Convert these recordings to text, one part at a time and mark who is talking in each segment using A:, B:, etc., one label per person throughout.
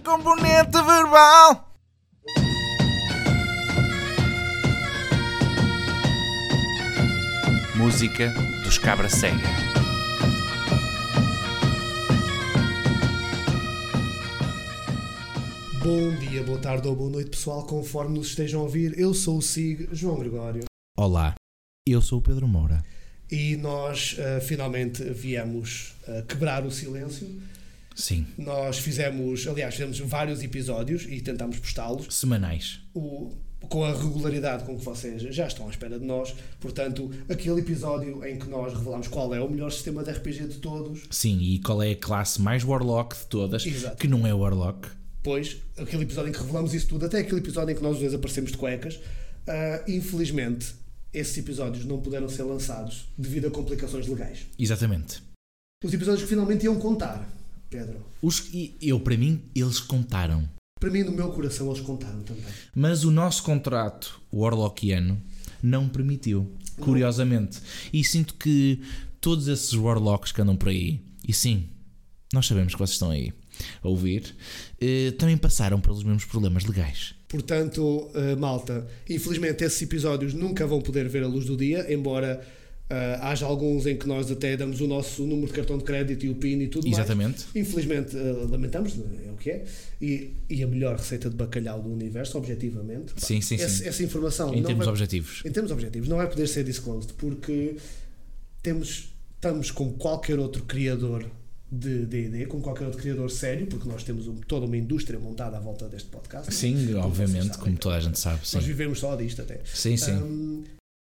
A: componente verbal. Música dos Cabra Cega.
B: Bom dia, boa tarde ou boa noite, pessoal, conforme nos estejam a ouvir. Eu sou o SIG, João Gregório,
C: Olá, eu sou o Pedro Moura.
B: e nós ah, finalmente viemos ah, quebrar o silêncio.
C: Sim,
B: Nós fizemos, aliás, fizemos vários episódios e tentámos postá-los
C: semanais.
B: o- com a regularidade com que vocês já estão à espera de nós. Portanto, aquele episódio em que nós revelámos qual é o melhor sistema de RPG de todos,
C: Sim, e qual é a classe mais Warlock de todas?
B: Exato.
C: Que não é Warlock.
B: Pois, aquele episódio em que revelamos isso tudo, até aquele episódio em que nós dois aparecemos de cuecas, ah, infelizmente esses episódios não puderam ser lançados devido a complicações legais.
C: Exatamente.
B: Os episódios que finalmente iam contar, Pedro.
C: Os e eu, para mim, eles contaram.
B: Para mim, no meu coração, eles contaram também.
C: Mas o nosso contrato Warlockiano não permitiu, curiosamente. E sinto que todos esses Warlocks que andam por aí, e sim, nós sabemos que vocês estão aí a ouvir, eh, também passaram pelos mesmos problemas legais.
B: Portanto, eh, malta, infelizmente esses episódios nunca vão poder ver a luz do dia, embora eh, haja alguns em que nós até damos o nosso número de cartão de crédito e o PIN e tudo
C: Exatamente.
B: mais. Infelizmente, eh, lamentamos, é o que é. E, e a melhor receita de bacalhau do universo, objetivamente. Pá,
C: Sim, sim, sim.
B: essa, essa informação
C: Em
B: não
C: termos
B: vai,
C: objetivos.
B: em termos objetivos não vai poder ser disclosed porque temos, estamos com qualquer outro criador de D&D, com qualquer outro criador sério, porque nós temos um- toda uma indústria montada à volta deste podcast. né?
C: Sim, obviamente,
B: sabem,
C: como toda a gente sabe.
B: Nós
C: Sim,
B: vivemos só disto até.
C: sim. sim.
B: Ahm,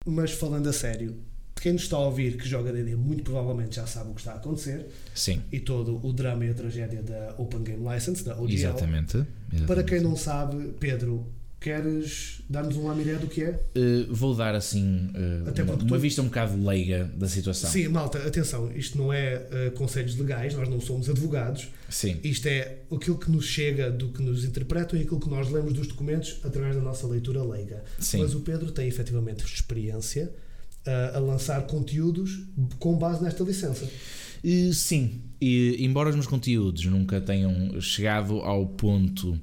B: mas falando a sério, quem nos está a ouvir que joga D&D muito provavelmente já sabe o que está a acontecer
C: Sim,
B: e todo o drama e a tragédia da Open Game License, da OGL.
C: exatamente. exatamente.
B: Para quem não sabe, Pedro, queres dar-nos um lamiré do que é?
C: Eh, vou dar assim eh,
B: Até
C: uma,
B: porque
C: uma
B: tu-
C: vista um bocado leiga da situação.
B: Sim, malta, atenção, isto não é ah, conselhos legais, nós não somos advogados,
C: Sim.
B: isto é aquilo que nos chega do que nos interpretam e aquilo que nós lemos dos documentos através da nossa leitura leiga.
C: Sim.
B: Mas o Pedro tem efetivamente experiência ah, a lançar conteúdos com base nesta licença.
C: Eh, sim. E, embora os meus conteúdos nunca tenham chegado ao ponto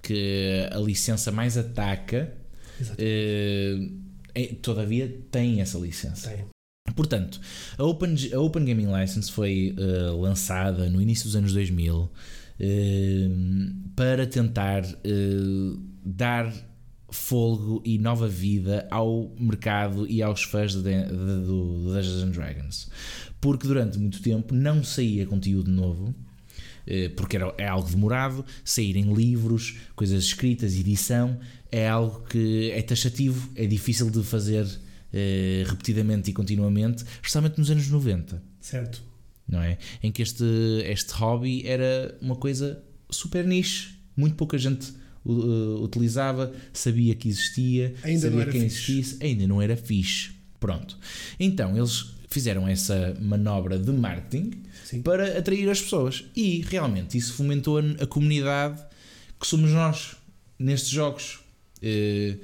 C: que a licença mais ataca,
B: Exato.
C: eh, eh, todavia tem essa licença.
B: Tem.
C: Portanto, a Open, a Open Gaming License foi eh, lançada no início dos anos 2000 eh, para tentar eh, dar folgo e nova vida ao mercado e aos fãs de, de, do Dungeons and Dragons. Porque durante muito tempo não saía conteúdo novo. eh, Porque era, é algo demorado, saírem livros, coisas escritas, edição, é algo que é taxativo, é difícil de fazer eh, repetidamente e continuamente, especialmente nos anos 90,
B: Certo.
C: não é? Em que este, este hobby era uma coisa super niche, muito pouca gente uh, uh, utilizava, sabia que existia,
B: Ainda
C: sabia
B: não era
C: quem
B: fixe.
C: existisse, ainda não era fixe. Pronto. Então eles fizeram essa manobra de marketing
B: Sim.
C: para atrair as pessoas e realmente isso fomentou a, a comunidade que somos nós nestes jogos. Eh,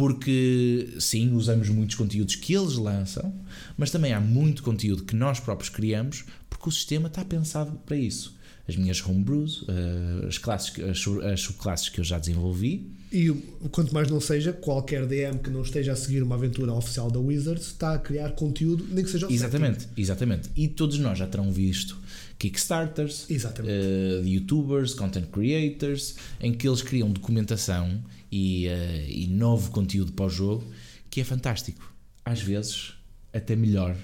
C: porque sim, usamos muitos conteúdos que eles lançam, mas também há muito conteúdo que nós próprios criamos, porque o sistema está pensado para isso. As minhas homebrews, eh, as, classes, que- as, su- as subclasses que eu já desenvolvi,
B: E o- quanto mais não seja, qualquer DM que não esteja a seguir uma aventura oficial da Wizards está a criar conteúdo, nem que seja oficial.
C: exatamente, exatamente. E todos nós já terão visto Kickstarters,
B: Exatamente.
C: eh, de youtubers, content creators, em que eles criam documentação e, eh, e novo conteúdo para o jogo que é fantástico. Às vezes, até melhor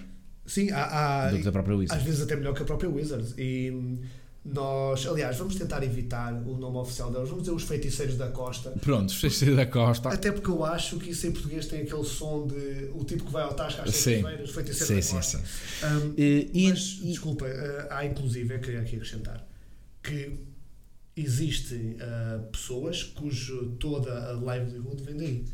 B: Sim, há, há-
C: do que da própria Wizard.
B: às vezes até melhor que a própria Wizards. E hum, nós, aliás, vamos tentar evitar o nome oficial deles, vamos dizer os feiticeiros da Costa.
C: Pronto, Feiticeiro da Costa.
B: Até porque eu acho que isso em português tem aquele som de o tipo que vai ao Tasca às
C: Sim.
B: sextas-feiras, feiticeiro
C: Sim,
B: da
C: sim,
B: Costa.
C: sim.
B: Hum,
C: Eh, e-
B: mas,
C: e-
B: desculpa, eh, há inclusive, eu queria aqui acrescentar, que existem eh, pessoas cujo toda a livelihood vem daí.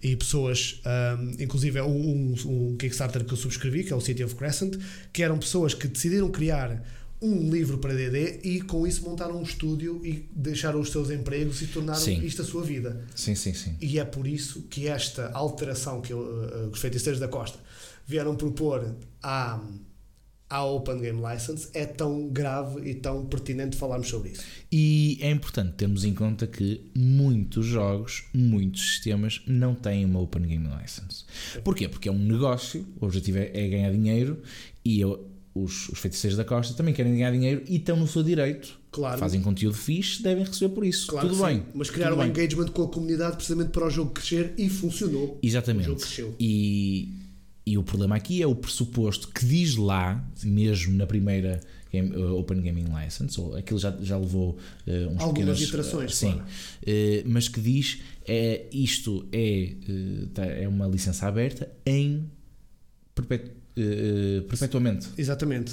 B: E pessoas, hum, inclusive é um, um- um Kickstarter que eu subscrevi, que é o City of Crescent, que eram pessoas que decidiram criar um livro para DD e com isso montaram um estúdio e deixaram os seus empregos e tornaram
C: Sim.
B: isto a sua vida.
C: Sim, sim, sim.
B: E é por isso que esta alteração que eu, eh, eh, os feiticeiros da Costa vieram propor à, à Open Game License, é tão grave e tão pertinente falarmos sobre isso.
C: E é importante termos em conta que muitos jogos, muitos sistemas não têm uma Open Game License. Porquê? Porque é um negócio, o objetivo é, é ganhar dinheiro e eu- os, os feiticeiros da Costa também querem ganhar dinheiro e estão no seu direito.
B: Claro.
C: Fazem conteúdo fixe, devem receber por isso.
B: Claro
C: Tudo
B: que sim,
C: bem.
B: Mas criar
C: tudo
B: um
C: bem.
B: engagement com a comunidade precisamente para o jogo crescer e funcionou.
C: Exatamente.
B: O jogo cresceu.
C: E, e o problema aqui é o pressuposto que diz lá, mesmo na primeira game- uh, Open Gaming License, ou aquilo já, já levou uh, uns
B: Algumas
C: pequenos,
B: iterações,
C: uh, sim,
B: claro.
C: Uh, mas que diz é, isto é, uh, tá- é uma licença aberta em perpetu, uh, uh, perpetuamente.
B: Exatamente.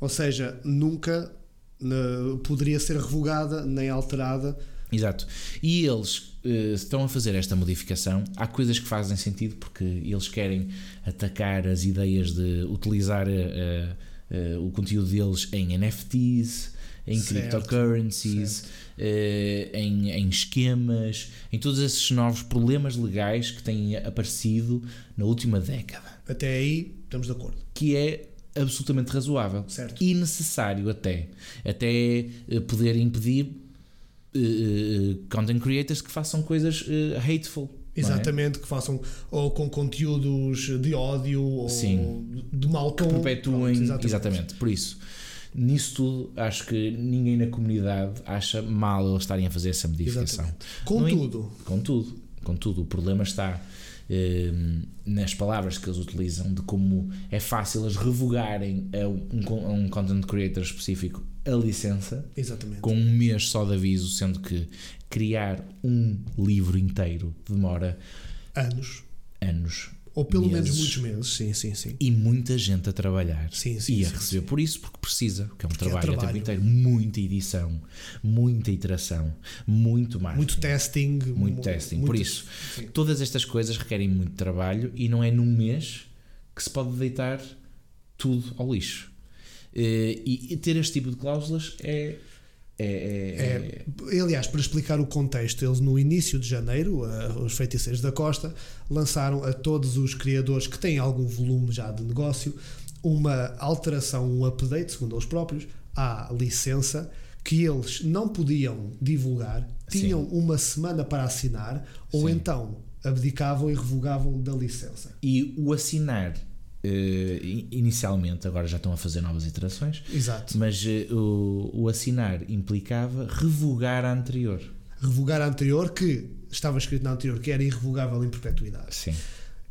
B: Ou seja, nunca né, poderia ser revogada nem alterada.
C: Exato. E eles eh, estão a fazer esta modificação. Há coisas que fazem sentido porque eles querem atacar as ideias de utilizar eh, eh, o conteúdo deles em NFTs, em
B: Certo.
C: cryptocurrencies, eh, em, em esquemas, em todos esses novos problemas legais que têm aparecido na última década.
B: Até aí estamos de acordo.
C: Que é absolutamente razoável
B: Certo.
C: e necessário até até eh, poder impedir eh, eh, content creators que façam coisas eh, hateful não é?
B: Exatamente, que façam ou com conteúdos de ódio ou
C: Sim.
B: de mal tom. Pronto,
C: perpetuem exatamente. por isso nisso tudo acho que ninguém na comunidade acha mal eles estarem a fazer essa modificação
B: Exatamente.
C: No en-
B: Contudo,
C: Contudo, contudo, o problema está hum, nas palavras que eles utilizam de como é fácil eles revogarem a um, con- a um content creator específico a licença
B: exatamente.
C: com um mês só de aviso, sendo que criar um livro inteiro demora
B: Anos.
C: anos
B: Ou pelo menos
C: Meses.
B: muitos meses. Sim, sim, sim.
C: e muita gente a trabalhar
B: Sim, sim,
C: e a
B: sim,
C: receber por isso porque precisa, porque é um
B: é
C: trabalho, a
B: trabalho.
C: tempo inteiro, muita edição, muita iteração, muito marketing.
B: Muito testing.
C: muito
B: mu-
C: testing.
B: muito-
C: Por isso,
B: sim.
C: todas estas coisas requerem muito trabalho e não é num mês que se pode deitar tudo ao lixo. Eh, E, e ter este tipo de cláusulas é. é, é-
B: É, aliás, para explicar o contexto, eles no início de janeiro, a- os feiticeiros da Costa, lançaram a todos os criadores que têm algum volume já de negócio uma alteração, um update, segundo eles próprios, à licença que eles não podiam divulgar, tinham uma semana para assinar ou
C: Sim.
B: então abdicavam e revogavam da licença.
C: E o assinar eh, i- inicialmente, agora já estão a fazer novas iterações,
B: Exato.
C: mas eh, o, o assinar implicava revogar a anterior.
B: Revogar a anterior, que estava escrito na anterior, que era irrevogável em perpetuidade.
C: Sim,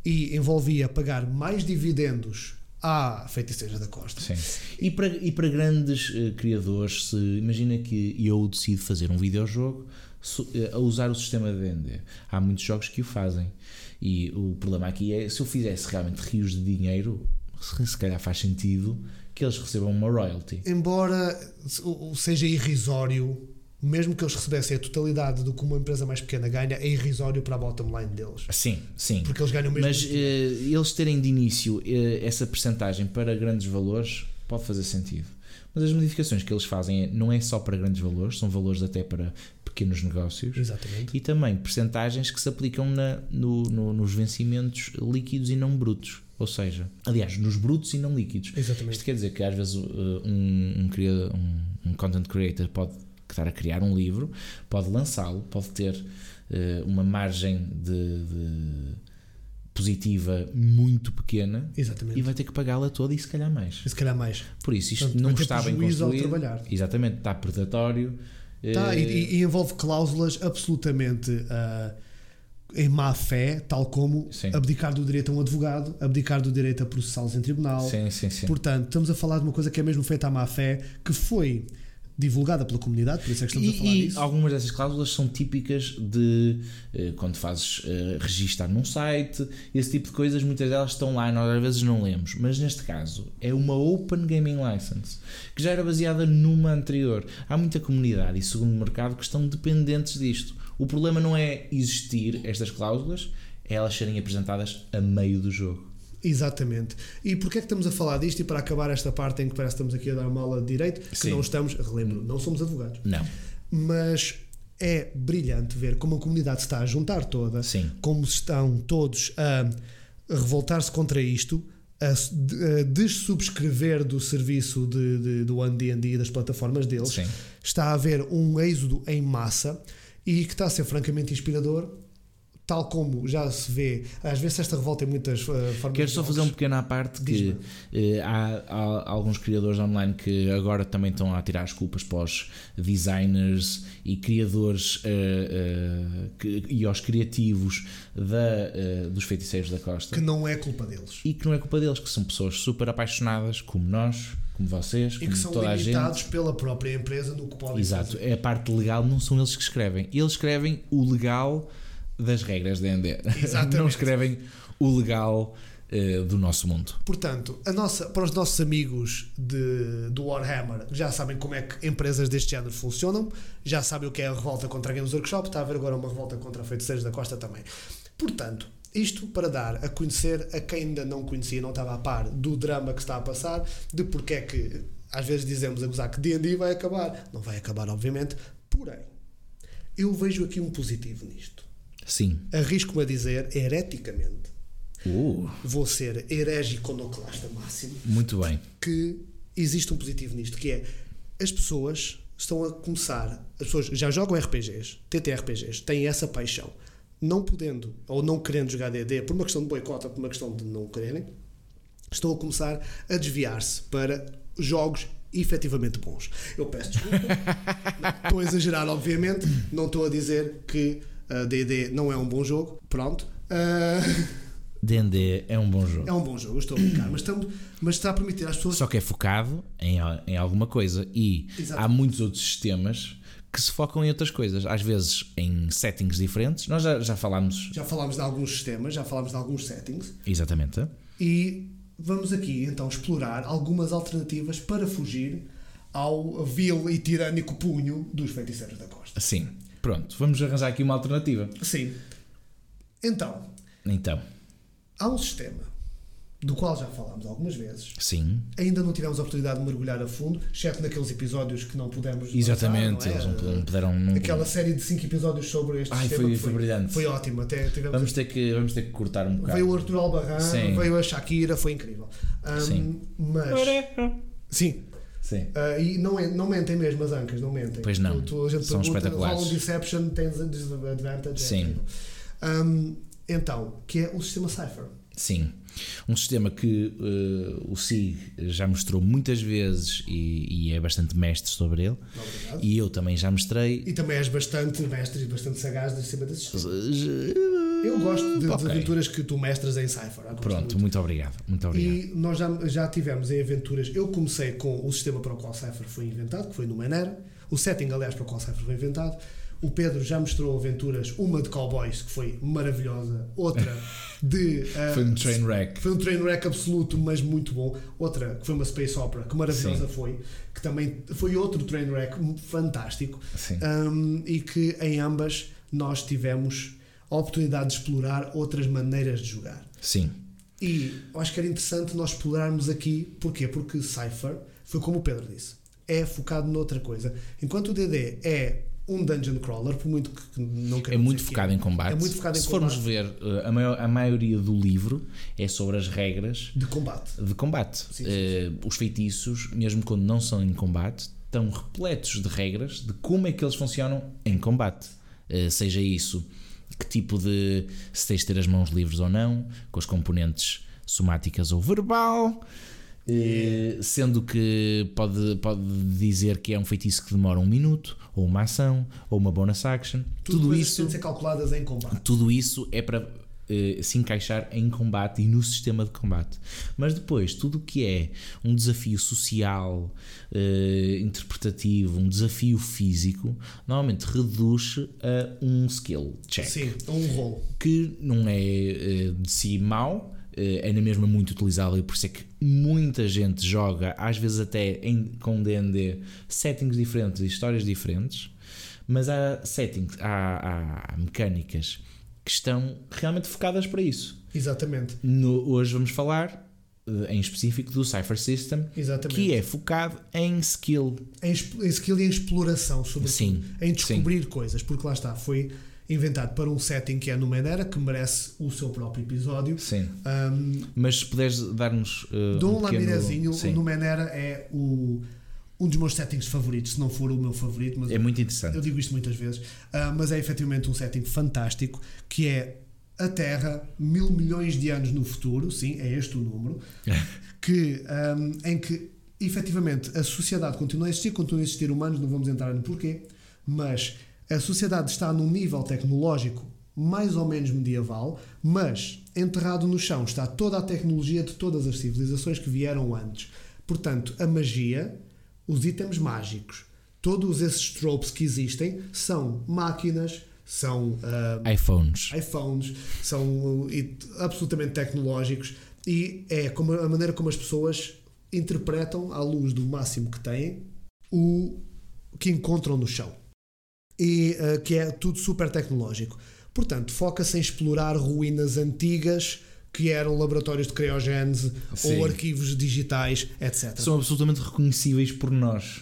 B: e envolvia pagar mais dividendos à Feiticeira da Costa.
C: sim. E para, e para grandes eh, criadores, se, imagina que eu decido fazer um videojogo so- eh, a usar o sistema de D&D. Há muitos jogos que o fazem. E o problema aqui é, se eu fizesse realmente rios de dinheiro, se, se calhar faz sentido que eles recebam uma royalty.
B: Embora se- o- o seja irrisório, mesmo que eles recebessem a totalidade do que uma empresa mais pequena ganha, é irrisório para a bottom line deles.
C: Sim, sim.
B: Porque eles ganham mesmo.
C: Mas eh, eles terem de início eh, essa percentagem para grandes valores pode fazer sentido. Mas as modificações que eles fazem é- não é só para grandes valores, são valores até para pequenos negócios
B: Exatamente.
C: e também percentagens que se aplicam na- no- no- nos vencimentos líquidos e não brutos. Ou seja, aliás, nos brutos e não líquidos.
B: Exatamente.
C: Isto quer dizer que às vezes uh, um, um, cria- um- um content creator pode estar a criar um livro, pode lançá-lo, pode ter uh, uma margem de, de positiva muito pequena
B: Exatamente.
C: e vai ter que pagá-la toda e se calhar mais.
B: E se calhar mais.
C: Por isso, isto
B: Portanto,
C: não
B: vai ter
C: está bem
B: prejuízo ao
C: construído.
B: trabalhar.
C: Exatamente, está predatório.
B: Tá,
C: eh,
B: e, e- e envolve cláusulas absolutamente ah, em má fé, tal como
C: Sim.
B: abdicar do direito a um advogado, abdicar do direito a processá-los em tribunal,
C: Sim, sim, sim.
B: Portanto, estamos a falar de uma coisa que é mesmo feita à má fé, que foi divulgada pela comunidade, por isso é que estamos a falar
C: E, e
B: disso.
C: algumas dessas cláusulas são típicas de eh, quando fazes eh, registar num site, esse tipo de coisas, muitas delas estão lá, nós às vezes não lemos, mas neste caso é uma Open Gaming License que já era baseada numa anterior. Há muita comunidade e segundo mercado que estão dependentes disto. O problema não é existir estas cláusulas, é elas serem apresentadas a meio do jogo.
B: Exatamente. E porquê é que estamos a falar disto? E para acabar esta parte em que parece que estamos aqui a dar uma aula de direito, que
C: Sim. Hum.
B: não estamos, relembro, não somos advogados.
C: Não.
B: Mas é brilhante ver como a comunidade se está a juntar toda,
C: Sim.
B: como estão todos a revoltar-se contra isto, a su- de- a dessubscrever do serviço de, de, do AnD&D e das plataformas deles,
C: Sim.
B: está a haver um êxodo em massa e que está a ser francamente inspirador, tal como já se vê. Às vezes esta revolta em muitas eh, formas.
C: Quero
B: de
C: só
B: jogos.
C: fazer um pequeno à parte que
B: Diz-me.
C: eh, há, há alguns criadores online que agora também estão a tirar as culpas para os designers e criadores eh, eh, que- e aos criativos da, eh, dos feiticeiros da Costa.
B: que não é culpa deles.
C: E que não é culpa deles, que são pessoas super apaixonadas, como nós, como vocês,
B: E
C: como
B: que são
C: toda a gente.
B: limitados pela própria empresa no que podem
C: Exato,
B: fazer.
C: é a parte legal, não são eles que escrevem. Eles escrevem o legal das regras da ND.
B: Exatamente.
C: não escrevem o legal eh, do nosso mundo.
B: Portanto, a nossa, para os nossos amigos de, do Warhammer, já sabem como é que empresas deste género funcionam, já sabem o que é a revolta contra a Games Workshop, está a haver agora uma revolta contra feiticeiros da Costa também. Portanto, isto para dar a conhecer a quem ainda não conhecia, não estava a par do drama que está a passar, de porque é que às vezes dizemos a gozar que D&D vai acabar. Não vai acabar, obviamente, porém, eu vejo aqui um positivo nisto.
C: Sim.
B: Arrisco-me a dizer, hereticamente,
C: Uh,
B: vou ser herege iconoclasta máximo,
C: muito bem.
B: que existe um positivo nisto, que é as pessoas estão a começar, as pessoas já jogam RPGs, TTRPGs, têm essa paixão, não podendo ou não querendo jogar D&D por uma questão de boicota, por uma questão de não quererem, estão a começar a desviar-se para jogos efetivamente bons. Eu peço desculpa, Não, estou a exagerar, obviamente, não estou a dizer que ah, D&D não é um bom jogo, pronto. Ah,
C: D&D é um bom jogo.
B: é um bom jogo, eu estou a brincar, mas, estamos, mas está a permitir às pessoas.
C: Só que é focado em, a- em alguma coisa e
B: Exato.
C: há muitos outros sistemas que se focam em outras coisas, às vezes em settings diferentes. Nós já, já falámos
B: Já falámos de alguns sistemas, já falámos de alguns settings
C: exatamente.
B: e vamos aqui então explorar algumas alternativas para fugir ao vil e tirânico punho dos feiticeiros da costa.
C: Sim. Pronto, vamos arranjar aqui uma alternativa.
B: Sim. Então,
C: Então,
B: há um sistema do qual já falámos algumas vezes.
C: sim,
B: Ainda não tivemos a oportunidade de mergulhar a fundo, exceto naqueles episódios que não pudemos. lançar,
C: exatamente.
B: não é?
C: Eles não puderam- não puderam. não-
B: Aquela série de 5 episódios sobre este
C: Ai,
B: sistema
C: foi-
B: que
C: foi brilhante.
B: Foi ótimo, até tivemos
C: Vamos ter, que, vamos ter que cortar um bocado.
B: Veio o Arthur Albarran,
C: Sim.
B: veio a Shakira, foi incrível. Ahm,
C: Sim.
B: Mas. Sim.
C: Sim.
B: ah, e não, en- não mentem mesmo as ancas, não mentem.
C: Pois não. São espetaculares.
B: rola um Deception, tens a disadvantage.
C: Sim.
B: É incrível. Ahm, então, que é o sistema Cypher.
C: Sim. Um sistema que eh, o SIG já mostrou muitas vezes e, e é bastante mestre sobre ele.
B: Obrigado.
C: E eu também já mostrei.
B: E também és bastante mestre e bastante sagaz em cima desse sistema. Eu gosto de, de
C: Ok.
B: aventuras que tu mestras em Cypher. eu gosto
C: Pronto,
B: muito.
C: muito obrigado. Muito obrigado.
B: E nós já, já tivemos em aventuras. Eu comecei com o sistema para o qual Cypher foi inventado, que foi no Manera. O setting, aliás, para o qual Cypher foi inventado. O Pedro já mostrou aventuras, uma de cowboys, que foi maravilhosa. Outra de. ah,
C: Foi um train wreck.
B: foi um train wreck absoluto, mas muito bom. Outra, que foi uma space opera, que maravilhosa foi. Que também foi outro train wreck fantástico.
C: Sim.
B: Um, e que em ambas nós tivemos a oportunidade de explorar outras maneiras de jogar.
C: Sim.
B: E eu acho que era interessante nós explorarmos aqui, porquê? Porque Cypher, foi como o Pedro disse, é focado noutra coisa. Enquanto o DD é um dungeon crawler, por muito que não
C: É
B: queremos
C: muito
B: dizer que
C: focado em combate.
B: É muito focado em
C: Se formos
B: combate.
C: ver, eh, a, maior- a maioria do livro é sobre as regras
B: De combate.
C: de combate.
B: Sim, sim,
C: Eh, os feitiços, mesmo quando não são em combate, estão repletos de regras de como é que eles funcionam em combate. Eh, seja isso, que tipo de. se tens de ter as mãos livres ou não, com as componentes somáticas ou verbal. eh, Sendo que pode, pode dizer que é um feitiço que demora um minuto, ou uma ação, ou uma bonus action.
B: Tudo,
C: Tudo
B: coisas que
C: isso
B: têm de ser calculadas em combate.
C: tudo isso é para eh, se encaixar em combate e no sistema de combate. Mas depois, tudo o que é um desafio social, eh, interpretativo, um desafio físico, normalmente reduz a um skill check
B: Sim, é um rolo.
C: que não é eh, de si mau, eh, é na mesma muito utilizado e por isso é que muita gente joga, às vezes até em, com D&D, settings diferentes e histórias diferentes, mas há settings, há, há mecânicas que estão realmente focadas para isso.
B: Exatamente.
C: No- hoje vamos falar eh, em específico do Cypher System,
B: Exatamente.
C: que é focado em skill.
B: Em, es- em skill e em exploração, sobretudo.
C: Sim,
B: Em descobrir coisas, porque lá está, foi inventado para um setting que é Numenera, que merece o seu próprio episódio.
C: Sim.
B: Um,
C: Mas se puderes dar-nos. Uh,
B: Dou um
C: pequeno-
B: lamirezinho, o
C: Sim.
B: Numenera é o, um dos meus settings favoritos, se não for o meu favorito, mas
C: É muito
B: eu
C: interessante.
B: digo isto muitas vezes, ah, mas é efetivamente um setting fantástico que é a Terra mil milhões de anos no futuro, sim, é este o número, que, ahm, em que efetivamente a sociedade continua a existir, continua a existir humanos, não vamos entrar no porquê, mas a sociedade está num nível tecnológico mais ou menos medieval, mas enterrado no chão está toda a tecnologia de todas as civilizações que vieram antes. Portanto, a magia, os itens mágicos, todos esses tropes que existem são máquinas, são ah,
C: iPhones.
B: iPhones, são uh, e- absolutamente tecnológicos e é como a maneira como as pessoas interpretam, à luz do máximo que têm, o que encontram no chão. E uh, que é tudo super tecnológico. Portanto, foca-se em explorar ruínas antigas que eram laboratórios de criogênese
C: Sim.
B: ou arquivos digitais, etc.
C: São absolutamente reconhecíveis por nós.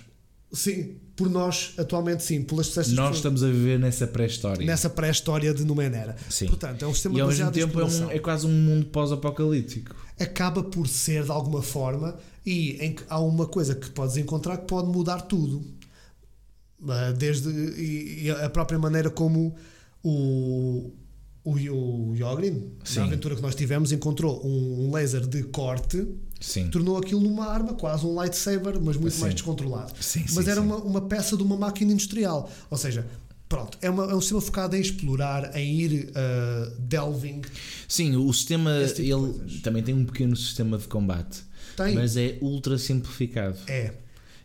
B: Sim, por nós, atualmente sim, pelas estas
C: Nós
B: pessoas-
C: estamos a viver nessa pré-história.
B: nessa pré-história de Numenera.
C: Sim.
B: Portanto, é um sistema
C: E ao mesmo
B: baseado em
C: tempo é, um-
B: exploração.
C: é quase um mundo pós-apocalíptico.
B: acaba por ser de alguma forma e em que há uma coisa que podes encontrar que pode mudar tudo Ah, desde e, e a própria maneira como o o, o Yogrin
C: Sim.
B: na aventura que nós tivemos encontrou um, um laser de corte
C: Sim.
B: tornou aquilo numa arma quase um lightsaber mas muito
C: Sim.
B: mais descontrolado
C: Sim,
B: mas
C: sim,
B: era
C: sim.
B: Uma, uma peça de uma máquina industrial ou seja pronto é, uma- é um sistema focado em explorar em ir ah, delving
C: Sim, o sistema
B: Esse tipo de
C: ele
B: coisas.
C: também tem um pequeno sistema de combate,
B: tem
C: mas é ultra simplificado
B: é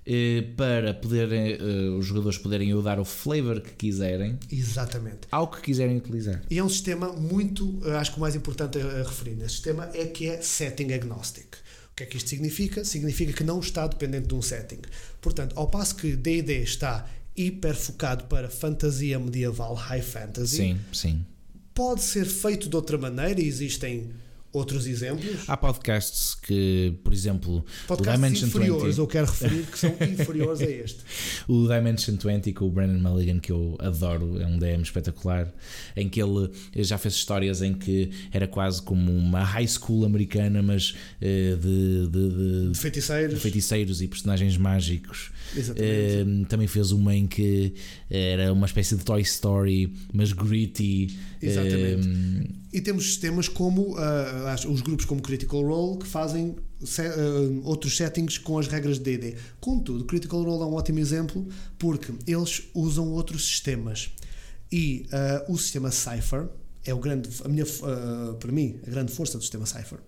C: Eh, para poderem eh, os jogadores poderem eu dar o flavor que quiserem
B: exatamente
C: ao que quiserem utilizar.
B: E é um sistema muito, eh, acho que o mais importante a, a referir nesse sistema é que é setting agnostic. O que é que isto significa? Significa que não está dependente de um setting. Portanto, ao passo que D&D está hiper focado para fantasia medieval, high fantasy,
C: Sim, sim.
B: pode ser feito de outra maneira e existem outros exemplos.
C: Há podcasts que, por exemplo, o
B: Podcasts
C: Dimension
B: inferiores,
C: 20,
B: eu quero referir que são inferiores a este.
C: o Dimension 20 com o Brandon Mulligan, que eu adoro, é um DM espetacular, em que ele já fez histórias em que era quase como uma high school americana, mas eh, de- de- de
B: De feiticeiros.
C: feiticeiros e personagens mágicos.
B: Exatamente.
C: Ehm, também fez uma em que era uma espécie de Toy Story, mas gritty. eh,
B: Exatamente.
C: Ehm,
B: E temos sistemas como ah, acho- os grupos como Critical Role que fazem se- ah, outros settings com as regras de DD. Contudo, Critical Role é um ótimo exemplo porque eles usam outros sistemas. E ah, o sistema Cypher é o grande, a minha, ah, para mim, a grande força do sistema Cypher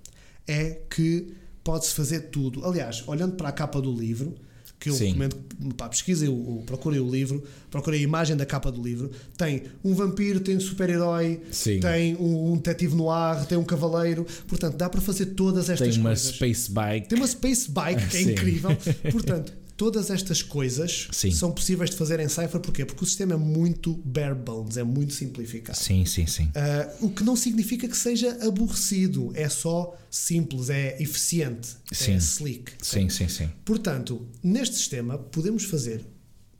B: é que pode-se fazer tudo. Aliás, olhando para a capa do livro, que eu
C: Sim.
B: recomendo que pá, pesquisem, o- o- procurem o livro, procurem a imagem da capa do livro, tem um vampiro, tem um super-herói,
C: Sim.
B: tem um, um detetive no ar, tem um cavaleiro, portanto dá para fazer todas estas
C: tem uma
B: coisas.
C: space bike.
B: Tem uma space bike que é
C: Sim.
B: incrível, portanto todas estas coisas
C: Sim.
B: são possíveis de fazer em Cypher, porquê? Porque o sistema é muito bare bones, é muito simplificado.
C: Sim, sim, sim.
B: Ah, o que não significa que seja aborrecido, é só simples, é eficiente,
C: Sim.
B: é slick.
C: Sim, sim, sim.
B: Portanto, neste sistema podemos fazer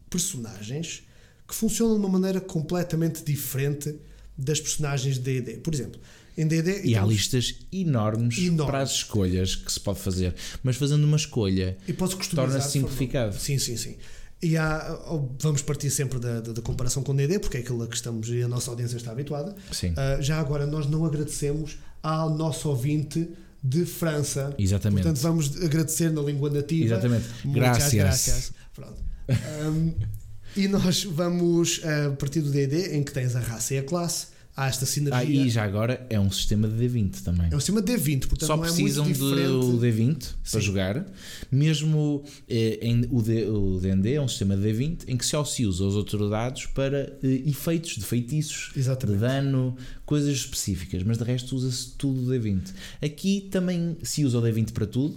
B: personagens que funcionam de uma maneira completamente diferente das personagens de D&D. Por exemplo, em D&D
C: E há
B: temos-
C: listas enormes,
B: Então, Enormes.
C: para as escolhas que se pode fazer. Mas fazendo uma escolha,
B: e posso customizar
C: torna-se
B: de forma-
C: simplificado.
B: Sim, sim, sim. E há, ou- vamos partir sempre da, da- da comparação com o D&D, porque é aquilo a que estamos e a nossa audiência está habituada.
C: Sim.
B: Ah, já agora, nós não agradecemos ao nosso ouvinte de França.
C: Exatamente.
B: Portanto, vamos agradecer na língua nativa.
C: Exatamente.
B: Muchas
C: Gracias.
B: gracias. Pronto. Ahm, e nós vamos ah, partir do D&D, em que tens a raça e a classe. Há esta
C: Ah,
B: sinergia.
C: e já agora é um sistema de D20 também.
B: É um sistema D20, portanto
C: Só
B: não é muito
C: precisam do
B: diferente.
C: D20
B: Sim.
C: para jogar. Mesmo eh, em, o, D, o D&D é um sistema D20 em que só se usa os outros dados para eh, efeitos de feitiços, de
B: Exatamente.
C: dano, coisas específicas, mas de resto usa-se tudo o D20. Aqui também se usa o D20 para tudo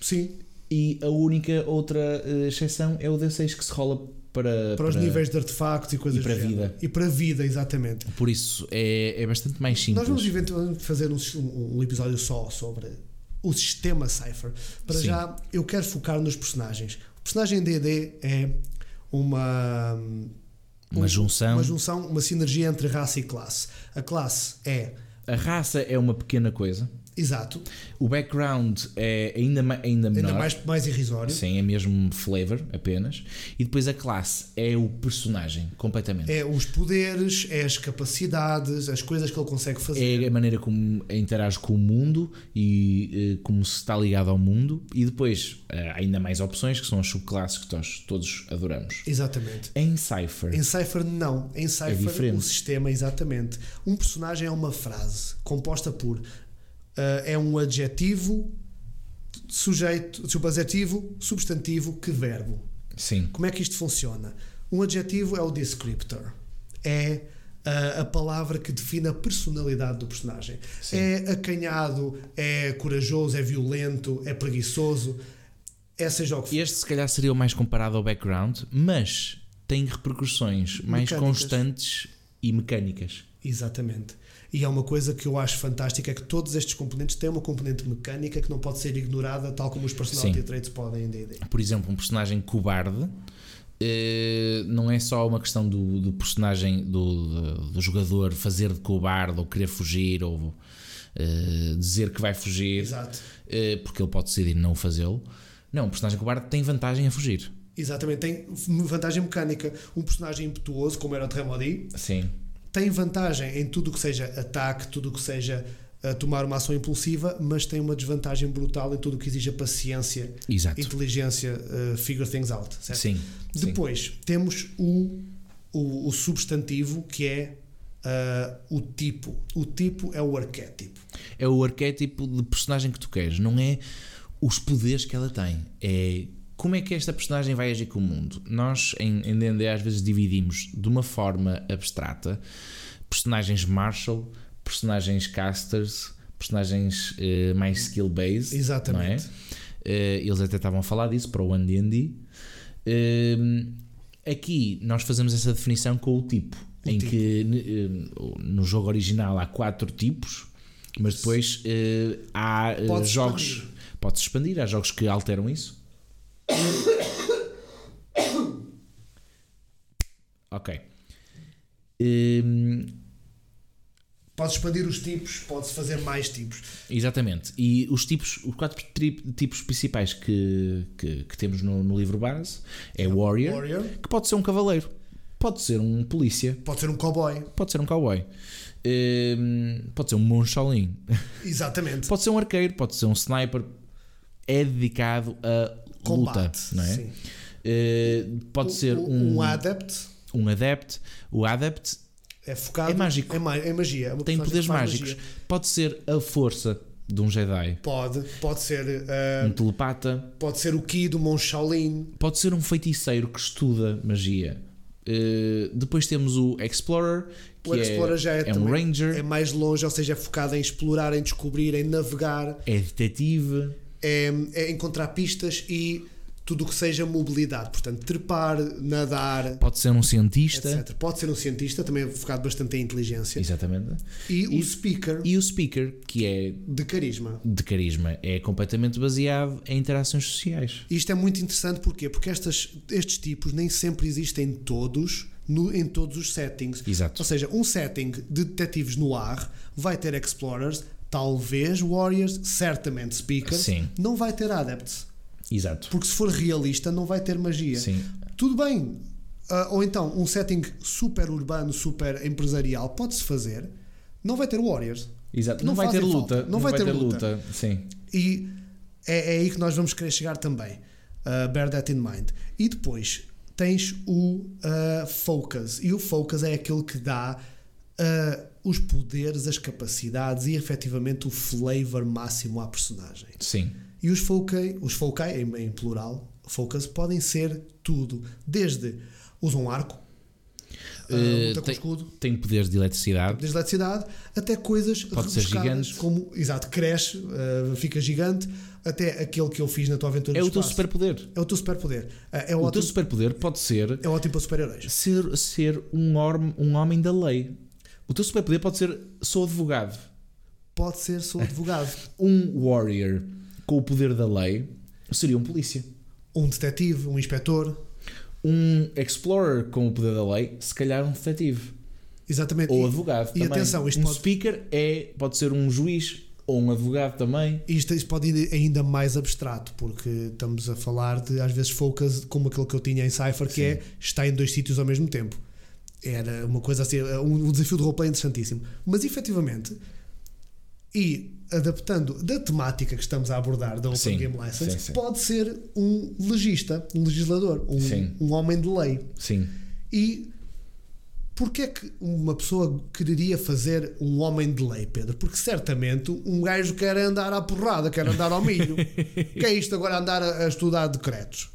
B: Sim,
C: e a única outra eh, exceção é o D6 que se rola para,
B: para os níveis de artefactos e coisas
C: para
B: do
C: a vida. Uhum.
B: género. E para a vida, exatamente.
C: Por isso é, é bastante mais simples.
B: Nós vamos eventualmente fazer um, um episódio só sobre o sistema Cypher. Para
C: Sim.
B: já, eu quero focar nos personagens. O personagem DD é uma,
C: Uma junção.
B: Uma junção, uma sinergia entre raça e classe. A classe é.
C: A raça é uma pequena coisa.
B: Exato.
C: O background é ainda, ma- ainda menor.
B: Ainda mais, mais irrisório.
C: Sim, é mesmo flavor apenas. E depois a classe é o personagem, completamente.
B: É os poderes, é as capacidades, as coisas que ele consegue fazer.
C: É a maneira como interage com o mundo e eh, como se está ligado ao mundo. E depois eh, ainda mais opções, que são as subclasses que nós todos adoramos.
B: Exatamente.
C: Em Cypher,
B: Em Cypher, não. Em Cypher,
C: É diferente.
B: o sistema, exatamente. Um personagem é uma frase composta por. ah, é um adjetivo, sujeito, subadjetivo, substantivo, que verbo.
C: sim.
B: Como é que isto funciona? Um adjetivo é o descriptor. É a, a palavra que define a personalidade do personagem.
C: Sim.
B: É acanhado, é corajoso, é violento, é preguiçoso. É seja o que for.
C: Este se calhar seria o mais comparado ao background, mas tem repercussões mais
B: Mecânicas.
C: constantes e mecânicas.
B: Exatamente. E é uma coisa que eu acho fantástica é que todos estes componentes têm uma componente mecânica que não pode ser ignorada, tal como os personality
C: Sim.
B: traits podem em D&D.
C: por exemplo, um personagem cobarde eh, não é só uma questão do, do personagem do, do- do jogador fazer de cobarde ou querer fugir ou eh, dizer que vai fugir
B: Exato.
C: eh, porque ele pode decidir não fazê-lo. Não, o personagem cobarde tem vantagem a fugir.
B: Exatamente, tem vantagem mecânica. Um personagem impetuoso, como era o Tremodi,
C: Sim.
B: tem vantagem em tudo o que seja ataque, tudo o que seja uh, tomar uma ação impulsiva, mas tem uma desvantagem brutal em tudo o que exija paciência,
C: Exato.
B: inteligência, uh, figure things out. Certo?
C: Sim. sim.
B: Depois temos o, o, o substantivo que é uh, o tipo. O tipo é o arquétipo.
C: É o arquétipo de personagem que tu queres, não é os poderes que ela tem, é como é que esta personagem vai agir com o mundo. Nós em, em D&D às vezes dividimos de uma forma abstrata personagens martial, personagens casters, personagens eh, mais skill based,
B: Exatamente.
C: não é? Eh, eles até estavam a falar disso para o One D&D. Ehm, aqui nós fazemos essa definição com o tipo, em
B: tipo.
C: que ne- eh, no jogo original há quatro tipos, mas depois eh, há eh,
B: Pode-se
C: jogos.
B: expandir.
C: Pode-se expandir, há jogos que alteram isso. ok. Ehm,
B: Pode expandir os tipos, pode-se fazer mais tipos.
C: Exatamente. E os tipos, os quatro tri- tipos principais que, que, que temos no, no livro base é warrior,
B: Warrior.
C: que pode ser um cavaleiro, pode ser um polícia,
B: Pode ser um cowboy.
C: pode ser um cowboy, hum, pode ser um monge Shaolin,
B: Exatamente.
C: pode ser um arqueiro, pode ser um sniper. É dedicado a
B: Combate.
C: luta, não é?
B: sim.
C: Eh, pode ser um,
B: um adept
C: um adepto. O adepto
B: é focado.
C: É mágico.
B: É, ma- é magia. é uma
C: tem
B: personagem
C: poderes
B: que faz
C: mágicos.
B: magia.
C: Pode ser a força de um Jedi,
B: Pode. Pode ser, uh,
C: um telepata.
B: pode ser o Ki do Mon Shaolin.
C: Pode ser um feiticeiro que estuda magia. Uh, depois temos o Explorer, que
B: O Explorer
C: é,
B: já é,
C: é um
B: também-
C: Ranger,
B: É mais longe, ou seja, é focado em explorar, em descobrir, em navegar.
C: é, detetive.
B: é, é encontrar pistas e tudo o que seja mobilidade, portanto, trepar, nadar,
C: Pode ser um cientista.
B: etc. Pode ser um cientista, também é focado bastante em inteligência.
C: Exatamente.
B: E, o speaker
C: E o Speaker, que é
B: de carisma.
C: de carisma, é completamente baseado em interações sociais.
B: E Isto é muito interessante porquê? porque estas, estes tipos nem sempre existem todos no- em todos os settings.
C: Exato.
B: Ou seja, um setting de detetives no ar vai ter explorers, talvez warriors, certamente speakers,
C: Sim.
B: não vai ter adepts.
C: Exato.
B: Porque se for realista, não vai ter magia.
C: Sim.
B: Tudo bem. Ah, ou então, um setting super urbano, super empresarial, pode-se fazer. Não vai ter Warriors.
C: Exato. Não,
B: Não
C: vai ter
B: fazem
C: luta.
B: falta. Não vai ter luta.
C: Sim.
B: E é, é aí que nós vamos querer chegar também. Ah, bear that in mind. E depois tens o ah, Focus. E o Focus é aquele que dá ah, os poderes, as capacidades e efetivamente o flavor máximo à personagem.
C: Sim.
B: E os foci, os foci em, em plural, focus, podem ser tudo. Desde usam um arco, ah,
C: Eh,
B: luta com
C: tem-
B: escudo,
C: Tem poderes de eletricidade.
B: desde eletricidade, até coisas
C: Pode ser
B: rebuscadas,
C: gigante.
B: como, exato, cresce, ah, fica gigante, até aquele que eu fiz na tua aventura
C: É
B: no
C: o teu
B: espaço.
C: superpoder.
B: É o teu superpoder. Ah, é,
C: O teu
B: ótimo,
C: superpoder pode ser
B: é ótimo para super-heróis.
C: ser, ser um, orm, um homem da lei. O teu superpoder pode ser sou advogado,
B: Pode ser, sou advogado.
C: um warrior com o poder da lei seria um polícia,
B: um detetive, um inspetor,
C: um explorer com o poder da lei, se calhar um detetive.
B: Exatamente. E-
C: Ou advogado
B: e
C: também.
B: atenção, isto
C: um
B: pode-
C: speaker é, pode ser um juiz ou um advogado também.
B: Isto, isto pode ir ainda mais abstrato, porque estamos a falar de, às vezes, focus como aquele que eu tinha em Cypher, que é estar em dois sítios ao mesmo tempo. Era uma coisa assim, um, um desafio de roleplay interessantíssimo. Mas, efetivamente, e adaptando da temática que estamos a abordar da Open
C: Sim,
B: Game License,
C: sim, sim.
B: pode ser um legista, um legislador, um-
C: Sim.
B: um homem de lei.
C: Sim.
B: E porquê é que uma pessoa quereria fazer um homem de lei, Pedro? Porque certamente um gajo quer andar à porrada, quer andar ao milho. que é isto agora andar a, a estudar decretos?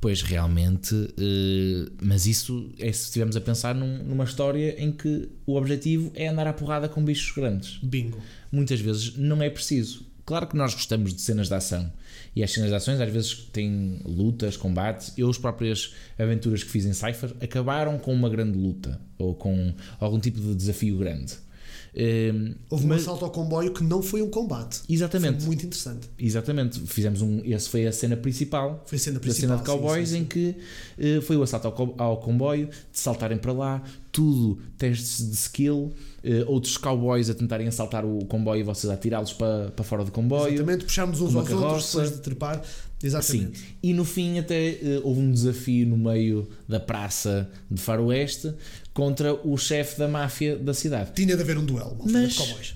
C: Pois realmente, eh, mas isso é se estivermos a pensar num- numa história em que o objetivo é andar à porrada com bichos grandes.
B: Bingo.
C: Muitas vezes não é preciso. Claro que nós gostamos de cenas de ação e as cenas de ações às vezes têm lutas, combates. Eu, as próprias aventuras que fiz em Cypher acabaram com uma grande luta ou com algum tipo de desafio grande. Eh,
B: Houve um
C: mas-
B: assalto ao comboio que não foi um combate.
C: Exatamente.
B: Foi muito interessante.
C: Exatamente, fizemos um. Essa foi a cena principal.
B: Foi a cena
C: da
B: principal.
C: cena de
B: sim,
C: cowboys
B: sim,
C: em que eh, foi o assalto ao, co- ao comboio, de saltarem para lá, tudo testes de skill, eh, outros cowboys a tentarem assaltar o comboio e vocês a tirá-los para, para fora do comboio.
B: Exatamente, puxámos uns
C: uma
B: aos outros
C: carroça.
B: depois de trepar.
C: Sim.
B: Exatamente.
C: E no fim até eh, houve um desafio no meio da praça de Faroeste contra o chefe da máfia da cidade.
B: Tinha de haver um duelo, uma Mas...
C: Mas-
B: de cowboys.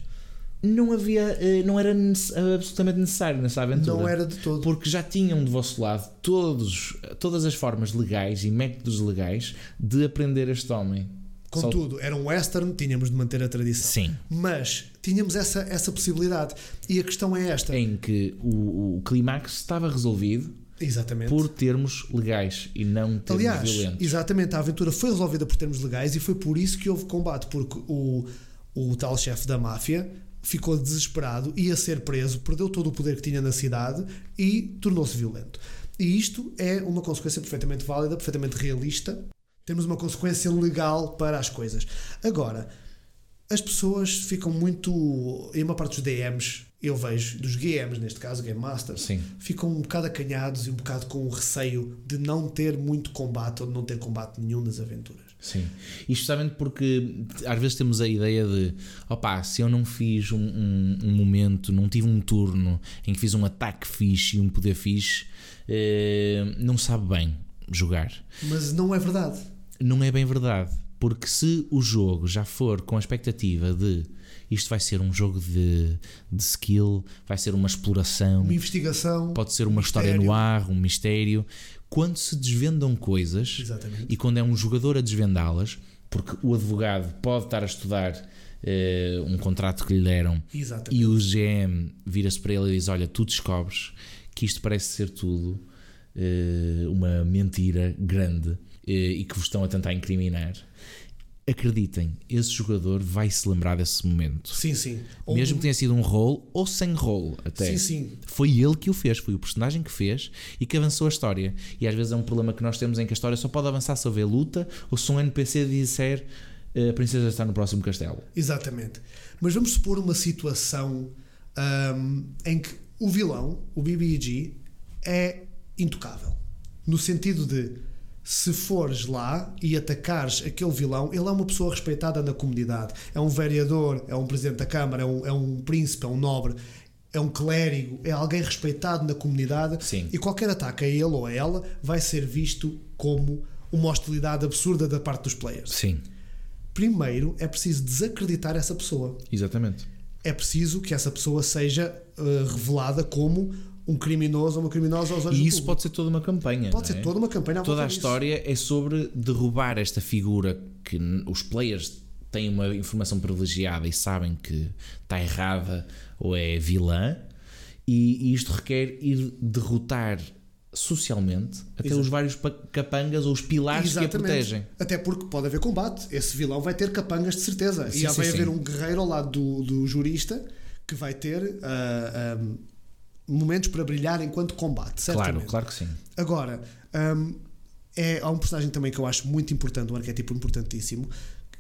C: Não havia, eh, não era nece- absolutamente necessário nessa aventura.
B: Não era de todo.
C: Porque já tinham do vosso lado todos, todas as formas legais e métodos legais de aprender este homem.
B: Contudo, era um western, tínhamos de manter a tradição.
C: Sim.
B: Mas tínhamos essa, essa possibilidade. E a questão é esta.
C: Em que o, o clímax estava resolvido
B: Exatamente.
C: por termos legais e não termos
B: Aliás,
C: violentos.
B: exatamente, a aventura foi resolvida por termos legais e foi por isso que houve combate, porque o, o tal chefe da máfia ficou desesperado, ia ser preso, perdeu todo o poder que tinha na cidade e tornou-se violento. E isto é uma consequência perfeitamente válida, perfeitamente realista. Temos uma consequência legal para as coisas. Agora, as pessoas ficam muito. E uma parte dos DMs, eu vejo, dos GMs neste caso, Game Masters,
C: Sim.
B: ficam um bocado acanhados e um bocado com o receio de não ter muito combate ou de não ter combate nenhum nas aventuras.
C: Sim. E justamente porque às vezes temos a ideia de opá, se eu não fiz um, um- um momento, não tive um turno em que fiz um ataque fixe e um poder fixe, eh, não sabe bem jogar.
B: Mas não é verdade.
C: não é bem verdade. Porque se o jogo já for com a expectativa de isto vai ser um jogo de, de skill, vai ser uma exploração,
B: Uma investigação.
C: pode ser uma história no
B: mistério.
C: ar, um mistério. Quando se desvendam coisas
B: Exatamente.
C: e quando é um jogador a desvendá-las, porque o advogado pode estar a estudar eh, um contrato que lhe deram
B: Exatamente.
C: e o GM vira-se para ele e diz: Olha, tu descobres que isto parece ser tudo eh, uma mentira grande eh, e que vos estão a tentar incriminar. Acreditem, esse jogador vai se lembrar desse momento.
B: Sim, sim. Ou-
C: Mesmo que tenha sido um rol ou sem rol, até.
B: Sim, sim.
C: Foi ele que o fez, foi o personagem que fez e que avançou a história. E às vezes é um problema que nós temos em que a história só pode avançar se houver luta ou se um NPC disser eh, a princesa está no próximo castelo.
B: Exatamente. Mas vamos supor uma situação ahm, em que o vilão, o BBG, é intocável. No sentido de se fores lá e atacares aquele vilão, ele é uma pessoa respeitada na comunidade. É um vereador, é um presidente da Câmara, é um, é um príncipe, é um nobre, é um clérigo, é alguém respeitado na comunidade.
C: Sim.
B: E qualquer ataque a ele ou a ela vai ser visto como uma hostilidade absurda da parte dos players.
C: Sim,
B: Primeiro é preciso desacreditar essa pessoa.
C: exatamente.
B: É preciso que essa pessoa seja eh, revelada como um criminoso ou uma criminosa aos olhos
C: E
B: do
C: isso
B: público.
C: pode ser toda uma campanha.
B: Pode
C: não
B: ser
C: é?
B: toda uma campanha à
C: Toda
B: volta
C: a
B: disso.
C: história é sobre derrubar esta figura que n- os players têm uma informação privilegiada e sabem que está errada ou é vilã, e, e isto requer ir derrotar socialmente até os vários pa- capangas ou os pilares que a protegem.
B: Até porque pode haver combate. Esse vilão vai ter capangas de certeza.
C: Sim,
B: e já
C: sim,
B: vai
C: sim.
B: haver um guerreiro ao lado do, do jurista que vai ter ah, ah, momentos para brilhar enquanto combate.
C: Claro,
B: Certamente.
C: claro que sim.
B: Agora, hum, é, há um personagem também que eu acho muito importante, um arquétipo importantíssimo,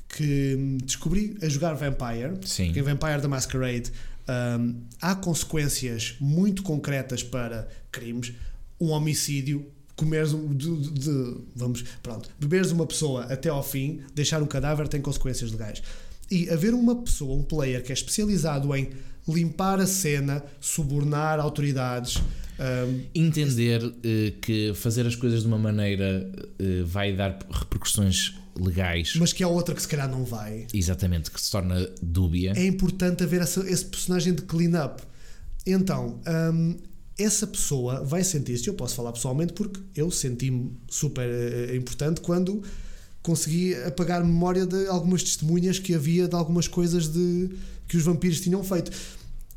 B: que hum, descobri a jogar Vampire,
C: Sim.
B: que em Vampire da Masquerade hum, há consequências muito concretas para crimes. Um homicídio comeres um, de, de- de- vamos, pronto, beberes uma pessoa até ao fim, deixar um cadáver tem consequências legais. E haver uma pessoa, um player que é especializado em limpar a cena, subornar autoridades, hum, ahm,
C: Entender eh, que fazer as coisas de uma maneira eh, vai dar repercussões legais,
B: mas que há outra que se calhar não vai.
C: exatamente, que se torna dúbia.
B: é importante haver essa- esse personagem de clean-up. Então, hum, essa pessoa vai sentir-se, eu posso falar pessoalmente porque eu senti-me super eh, importante quando consegui apagar a memória de algumas testemunhas que havia de algumas coisas de, que os vampiros tinham feito.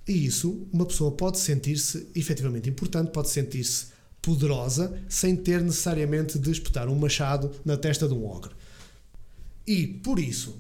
B: E isso, uma pessoa pode sentir-se efetivamente importante, pode sentir-se poderosa, sem ter necessariamente de espetar um machado na testa de um ogre. E, por isso,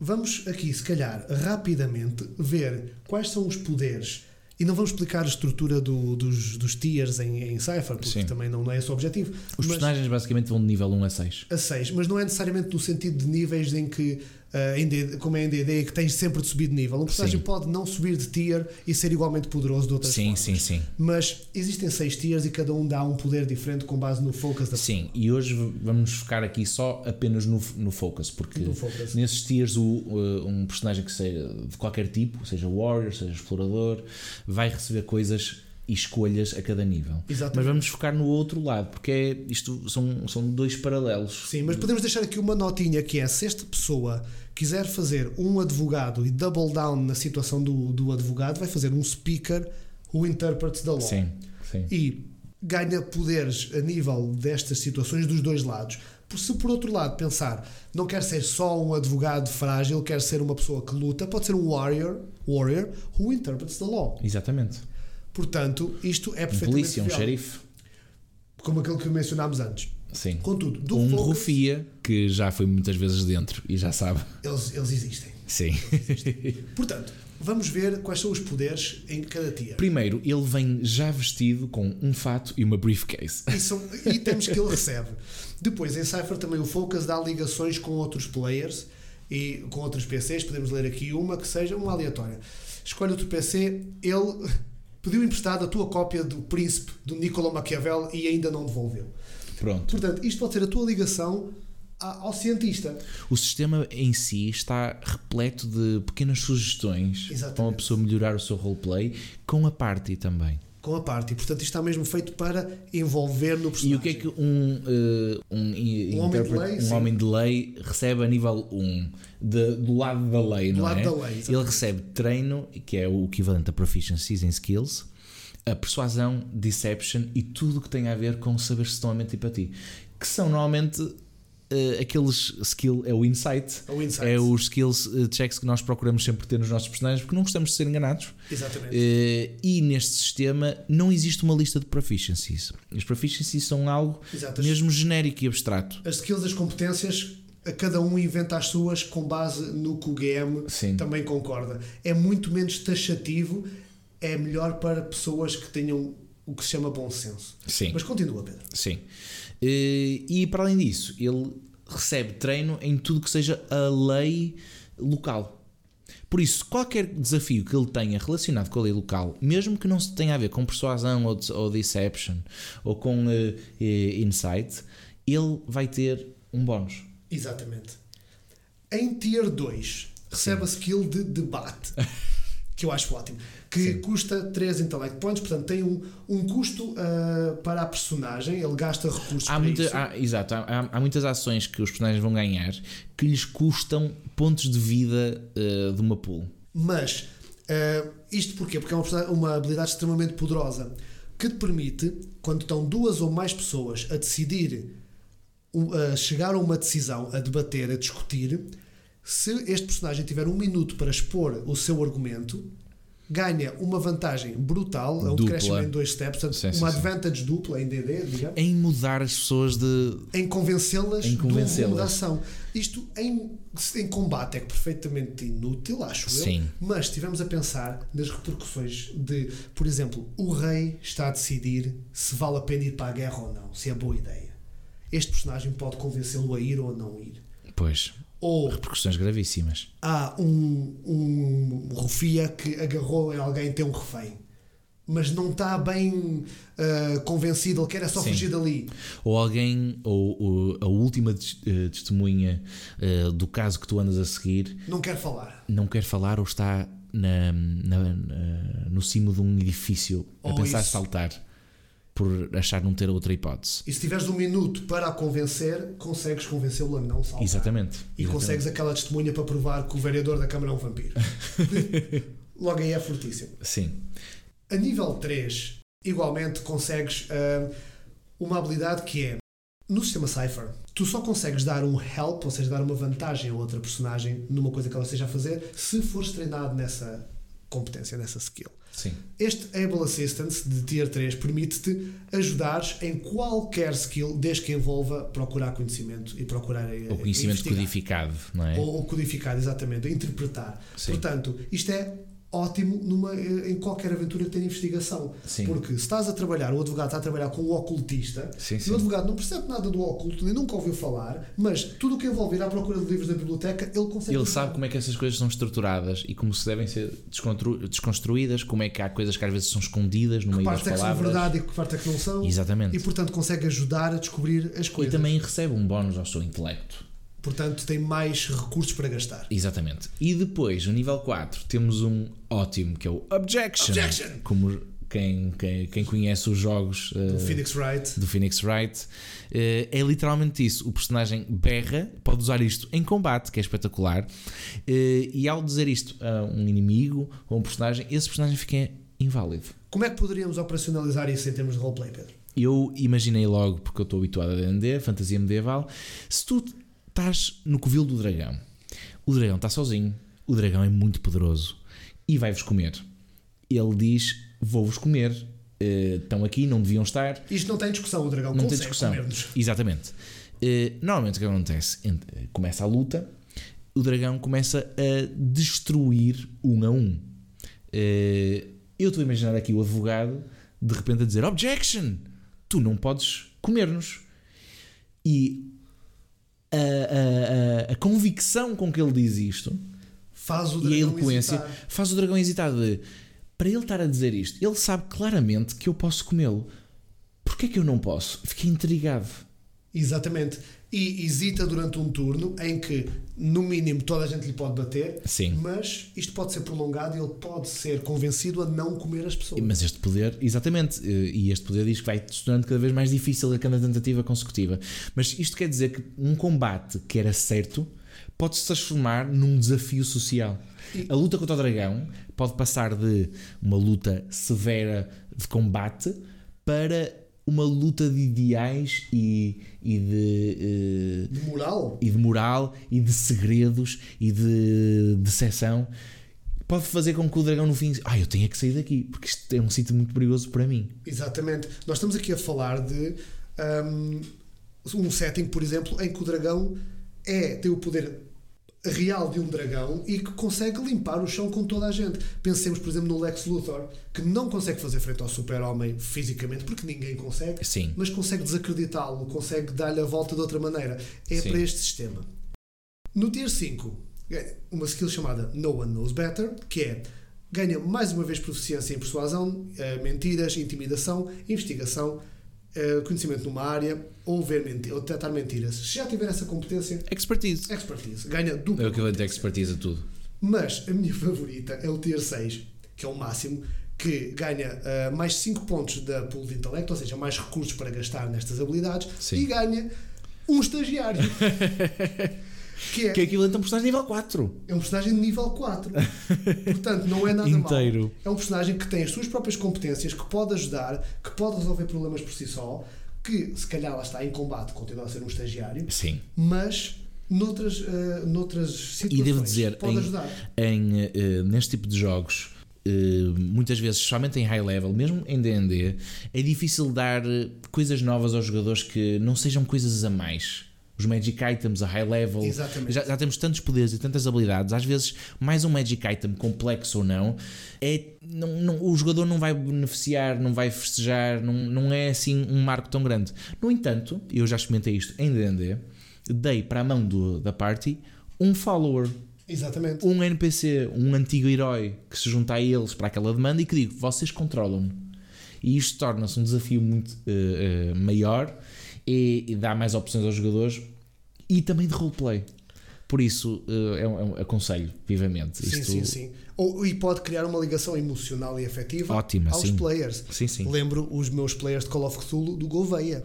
B: Vamos aqui, se calhar, rapidamente ver quais são os poderes. E não vamos explicar a estrutura do- dos, dos tiers em, em Cypher, porque
C: Sim.
B: também não, não é esse o objetivo. mas,
C: Os personagens basicamente vão de nível 1 a 6.
B: a 6, mas não é necessariamente no sentido de níveis em que, ah, em D- como é em DD, que tens sempre de subir de nível. Um personagem
C: Sim.
B: pode não subir de tier e ser igualmente poderoso de outras
C: Sim,
B: formas.
C: sim, sim.
B: Mas existem 6 tiers e cada um dá um poder diferente com base no focus da
C: Sim, e hoje v- vamos focar aqui só apenas no, no focus, porque
B: No focus.
C: nesses tiers o, uh, um personagem que seja de qualquer tipo, seja warrior, seja explorador, vai receber coisas e escolhas a cada nível.
B: Exatamente.
C: Mas vamos focar no outro lado, porque é, isto são, são dois paralelos.
B: Sim, mas podemos deixar aqui uma notinha que é se esta pessoa quiser fazer um advogado e double down na situação do, do advogado, vai fazer um speaker who interprets the law.
C: Sim, sim.
B: E ganha poderes a nível destas situações dos dois lados. Por se por outro lado pensar, não quer ser só um advogado frágil, quer ser uma pessoa que luta, pode ser um warrior, warrior who interprets the law.
C: Exatamente.
B: Portanto, isto é
C: Um
B: perfeitamente
C: polícia, um
B: viável.
C: xerife.
B: como aquele que mencionámos antes.
C: Sim.
B: Contudo, do
C: Um
B: focus,
C: rufia, que já foi muitas vezes dentro e já sabe.
B: eles- eles existem.
C: Sim.
B: Portanto, vamos ver quais são os poderes em cada tier.
C: Primeiro, ele vem já vestido com um fato e uma briefcase.
B: E são itens que ele recebe. Depois, em Cypher também o Focus dá ligações com outros players e com outros PCs. Podemos ler aqui uma que seja uma aleatória. Escolhe outro PC, ele pediu emprestado a tua cópia do Príncipe do Niccolo Maquiavel e ainda não devolveu.
C: Pronto.
B: Portanto, isto pode ser a tua ligação a- ao cientista.
C: O sistema em si está repleto de pequenas sugestões para uma
B: Exatamente.
C: pessoa melhorar o seu roleplay com a party também.
B: Com a parte, e portanto isto está mesmo feito para envolver no personagem.
C: E o que é que um, eh, um, i-
B: Um homem de
C: intérprete-
B: lei,
C: um
B: sim.
C: homem de lei recebe a nível 1 de- do lado da lei,
B: Do
C: não
B: lado
C: é?
B: da lei,
C: Ele
B: exatamente.
C: recebe treino, que é o equivalente a proficiencies em skills, a persuasão, deception e tudo o que tem a ver com saber se estão a mentir para ti. Que são normalmente eh, aqueles skill, é o insight.
B: É o insight.
C: É os skills eh, checks que nós procuramos sempre ter nos nossos personagens porque não gostamos de ser enganados.
B: Exatamente.
C: Eh, e neste sistema não existe uma lista de proficiencies. As proficiencies são algo
B: Exato.
C: mesmo genérico e abstrato.
B: as skills, as competências, a cada um inventa as suas com base no que o GM
C: Sim.
B: também concorda. É muito menos taxativo, é melhor para pessoas que tenham o que se chama bom senso.
C: Sim.
B: Mas continua, Pedro.
C: Sim. Eh, E para além disso, ele recebe treino em tudo que seja a lei local. Por isso, qualquer desafio que ele tenha relacionado com a lei local, mesmo que não se tenha a ver com persuasão ou, de- ou deception ou com eh, eh, insight, ele vai ter um bónus.
B: Exatamente. Em tier 2, recebe a skill de debate, que eu acho ótimo, que custa 3 intellect points, portanto tem um, um custo ah, para a personagem, ele gasta recursos
C: Há,
B: para
C: muita-
B: isso.
C: há- exato, há, há- há muitas ações que os personagens vão ganhar que lhes custam pontos de vida eh, de uma pool.
B: Mas eh, isto porquê? Porque é uma, persona- uma habilidade extremamente poderosa que te permite, quando estão duas ou mais pessoas a decidir, um- a chegar a uma decisão, a debater, a discutir, se este personagem tiver um minuto para expor o seu argumento, ganha uma vantagem brutal, é um
C: Dupla.
B: crescimento de dois steps, portanto,
C: Sim, sim,
B: uma
C: sim.
B: advantage dupla em DD, digamos
C: Em mudar as pessoas de,
B: em convencê-las
C: Em
B: do rumo
C: convencê-las.
B: da ação. Isto em, em combate é perfeitamente inútil, acho
C: Sim.
B: eu. Mas estivemos a pensar nas repercussões de, por exemplo, o rei está a decidir se vale a pena ir para a guerra ou não, se é boa ideia. Este personagem pode convencê-lo a ir ou a não ir.
C: Pois,
B: Ou
C: repercussões gravíssimas.
B: há um, um rufia que agarrou em alguém e tem um refém. mas não está bem ah, convencido, ele quer é só
C: Sim.
B: fugir dali.
C: Ou alguém, ou, ou a última tes- eh, testemunha eh, do caso que tu andas a seguir,
B: Não quer falar.
C: não quer falar ou está na, na- na- no cimo de um edifício a
B: Ou
C: pensar
B: Oh, isso.
C: saltar por achar não ter outra hipótese.
B: E se tiveres um minuto para a convencer, consegues convencê-lo a não saltar.
C: Exatamente.
B: Oh, E
C: Exatamente.
B: consegues aquela testemunha para provar que o vereador da Câmara é um vampiro. Logo aí é fortíssimo.
C: Sim.
B: A nível 3, igualmente consegues ah, uma habilidade que é no sistema Cypher, tu só consegues dar um help, ou seja, dar uma vantagem a outra personagem numa coisa que ela esteja a fazer, se fores treinado nessa competência, nessa skill.
C: Sim.
B: Este Able Assistance de Tier 3 permite-te ajudares em qualquer skill, desde que envolva procurar conhecimento e procurar eh,
C: O conhecimento
B: investigar.
C: codificado, não é?
B: Ou, ou codificar, exatamente, interpretar.
C: Sim.
B: Portanto, isto é ótimo numa, eh, em qualquer aventura que tenha investigação.
C: Sim.
B: Porque se estás a trabalhar, o advogado está a trabalhar com o ocultista,
C: Sim,
B: e
C: sim.
B: o advogado não percebe nada do oculto, nem nunca ouviu falar, mas tudo o que envolve ir à procura de livros da biblioteca, ele consegue.
C: Ele sabe como é que essas coisas são estruturadas e como se devem ser descontru- desconstruídas, como é que há coisas que às vezes são escondidas no meio das
B: parte é que são
C: palavras.
B: verdade e que parte é que não são.
C: Exatamente.
B: E, portanto, consegue ajudar a descobrir as
C: E
B: coisas.
C: também recebe um bónus ao seu intelecto.
B: Portanto, tem mais recursos para gastar.
C: Exatamente. E depois, no nível 4, temos um ótimo que é o Objection.
B: Objection!
C: Como quem, quem, quem conhece os jogos eh,
B: O Phoenix Wright.
C: do Phoenix Wright, eh, é literalmente isso. O personagem berra, pode usar isto em combate, que é espetacular, eh, e ao dizer isto a um inimigo ou a um personagem, esse personagem fica inválido.
B: Como é que poderíamos operacionalizar isso em termos de roleplay, Pedro?
C: Eu imaginei logo, porque eu estou habituado a D&D, fantasia medieval, se tu estás no covil do dragão, o dragão está sozinho, o dragão é muito poderoso e vai-vos comer. Ele diz, vou-vos comer, eh, estão aqui, não deviam estar,
B: Isto não tem discussão, o dragão
C: não tem
B: consegue
C: discussão.
B: comer-nos.
C: Exatamente. Eh, normalmente o que acontece? Ent- eh, Começa a luta, o dragão começa a destruir um a um. Eh, eu estou a imaginar aqui o advogado de repente a dizer: Objection! Tu não podes comer-nos. E a, a- a- a convicção com que ele diz isto
B: Faz o
C: e a
B: dragão
C: eloquência
B: hesitar.
C: faz o dragão hesitar de para ele estar a dizer isto, ele sabe claramente que eu posso comê-lo. Porquê é que eu não posso? Fiquei intrigado.
B: Exatamente. E hesita durante um turno em que, no mínimo, toda a gente lhe pode bater,
C: Sim.
B: mas isto pode ser prolongado e ele pode ser convencido a não comer as pessoas.
C: Mas este poder, exatamente, eh, e este poder diz que vai se tornando cada vez mais difícil a cada tentativa consecutiva. Mas isto quer dizer que um combate que era certo pode se transformar num desafio social. A luta contra o dragão pode passar de uma luta severa de combate para uma luta de ideais e, e de. eh,
B: De moral,
C: e de moral e de segredos e de decepção pode fazer com que o dragão no fim ah eu tenho é que sair daqui porque isto é um sítio muito perigoso para mim
B: exatamente. Nós estamos aqui a falar de hum, um setting, por exemplo, em que o dragão é, tem o poder real de um dragão e que consegue limpar o chão com toda a gente. Pensemos, por exemplo, no Lex Luthor, que não consegue fazer frente ao super-homem fisicamente, porque ninguém consegue,
C: sim
B: mas consegue desacreditá-lo, consegue dar-lhe a volta de outra maneira. É
C: Sim.
B: para este sistema. No tier 5, ganha uma skill chamada No One Knows Better, que é ganha mais uma vez proficiência em persuasão, eh, mentiras, intimidação, investigação, eh, conhecimento numa área ou, ver menti- ou detectar mentiras. Se já tiver essa competência,
C: expertise
B: expertise. Ganha
C: é
B: dupla
C: o que eu de
B: competência.
C: expertise a tudo
B: Mas a minha favorita é o tier 6, que é o máximo, que ganha ah, mais 5 pontos da pool de intelecto, ou seja, mais recursos para gastar nestas habilidades,
C: Sim.
B: e ganha um estagiário. que é,
C: que é equivalente a um personagem nível 4
B: é um personagem de nível 4. Portanto, não é nada
C: Inteiro.
B: mal. É um personagem que tem as suas próprias competências, que pode ajudar, que pode resolver problemas por si só, que se calhar lá está em combate, continua a ser um estagiário,
C: sim
B: mas noutras, ah, noutras situações
C: e devo dizer
B: pode
C: em-
B: ajudar.
C: em, eh, eh, neste tipo de jogos eh, muitas vezes, somente em high level, mesmo em DD, é difícil dar eh, coisas novas aos jogadores que não sejam coisas a mais. Os Magic Items a high level,
B: Exatamente.
C: já, já temos tantos poderes e tantas habilidades. Às vezes, mais um Magic Item, complexo ou não, é, não, não- o jogador não vai beneficiar, não vai festejar, não, não é assim um marco tão grande. No entanto, eu já experimentei isto em DD, dei para a mão do- da party um follower
B: Exatamente.
C: um NPC, um antigo herói que se junta a eles para aquela demanda e que digo, vocês controlam-me. E isto torna-se um desafio muito eh, eh, maior e, e dá mais opções aos jogadores e também de roleplay. Por isso, eh, é um- é um- aconselho vivamente.
B: Sim,
C: Isto-
B: sim, sim. Ou, e pode criar uma ligação emocional e afetiva
C: Ótima,
B: aos
C: sim.
B: players.
C: Sim, sim.
B: Lembro os meus players de Call of Cthulhu do Gouveia,